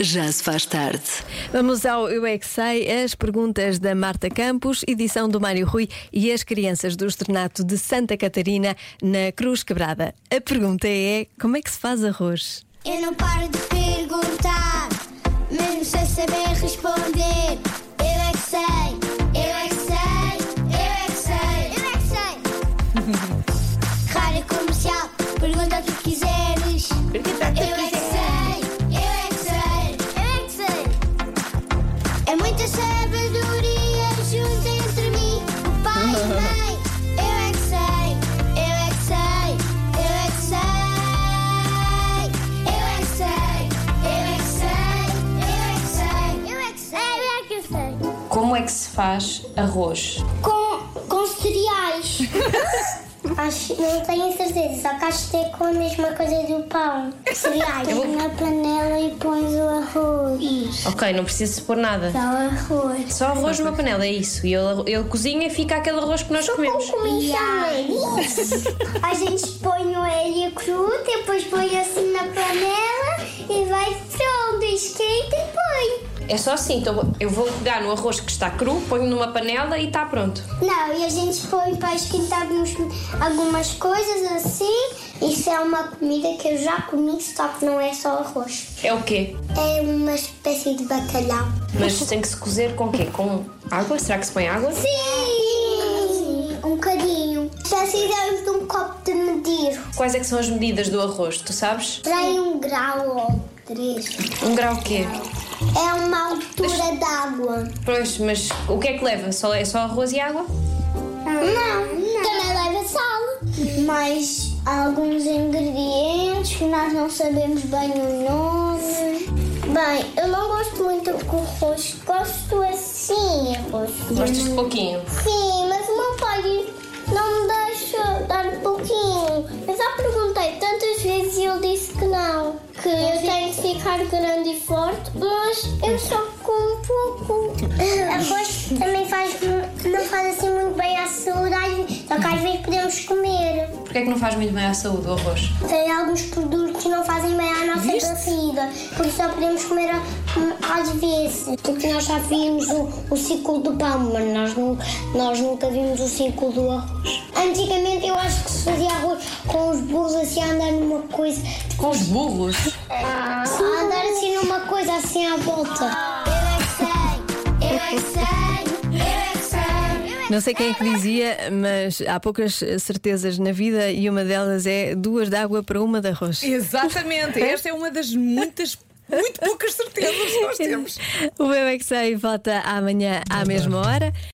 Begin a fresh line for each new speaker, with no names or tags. Já se faz tarde.
Vamos ao Eu é que Sei, as perguntas da Marta Campos, edição do Mário Rui e as crianças do Externato de Santa Catarina, na Cruz Quebrada. A pergunta é: como é que se faz arroz?
Eu não paro de perguntar, mesmo sem saber responder. Eu é que sei, eu é que sei, eu é que sei, eu é que sei. Rádio comercial, pergunta o que quiseres. Pergunta o que eu quiseres. Eu é que sei, eu é que sei, eu é que sei. É muita sabedoria junto entre mim, o pai e a mãe. Eu é que sei, eu é que sei, eu é que sei. Eu é que sei, eu é que sei, eu é que sei. Eu é que sei, eu é que sei.
Como é que se faz arroz?
Com, com cereais. Acho, não tenho certeza, só que acho que é com a mesma coisa do pão. Cereais. Põe na panela e pões o arroz. Isso.
Ok, não preciso pôr nada.
Dá o arroz.
Só arroz numa panela, é isso. E ele, ele cozinha e fica aquele arroz que nós comemos.
A gente põe o ele cru, depois põe assim na panela e vai pronto, esquenta e põe.
É só assim, então eu vou pegar no arroz que está cru, ponho numa panela e está pronto.
Não, e a gente põe para esquentar alguns- algumas coisas assim. Isso é uma comida que eu já comi, só que não é só arroz.
É o quê?
É uma espécie de bacalhau.
Mas tem que se cozer com o quê? Com água? Será que se põe água?
Sim! Um bocadinho. Precisamos de um copo de medir.
Quais é que são as medidas do arroz? Tu sabes?
Tem um grau ou três.
Um grau o quê?
É uma altura d'água.
Pois, mas o que é que leva? Só, é só arroz e água?
Ah, Não, também leva sal. Mas há alguns ingredientes que nós não sabemos bem o nome. Bem, eu não gosto muito com arroz. Gosto assim, arroz.
Gostas de pouquinho?
Sim, mas o meu pai não me deixa dar um pouquinho. Eu já perguntei tantas vezes e ele disse que não. Que eu tenho que ficar grande e forte, mas eu só como pouco. Arroz também faz, não faz assim muito bem à saúde, só que às vezes podemos comer.
Porquê é que não faz muito bem à saúde o arroz?
Tem alguns produtos que não fazem bem à nossa barriga, por isso só podemos comer a- hum, às vezes. Porque nós já vimos o, o ciclo do pão, mas nós, nu- nós nunca vimos o ciclo do arroz. Antigamente eu acho que se fazia arroz com os burros assim a andar numa coisa,
Com os burros?
a andar assim numa coisa assim à volta. é Eu é que sei, eu é que sei, eu é que sei.
Não sei quem é que dizia, mas há poucas eh, certezas na vida e uma delas é duas de água para uma de arroz.
Exatamente, esta é uma das muitas, muito poucas certezas que nós temos.
O Eu é que sei volta amanhã à mesma hora.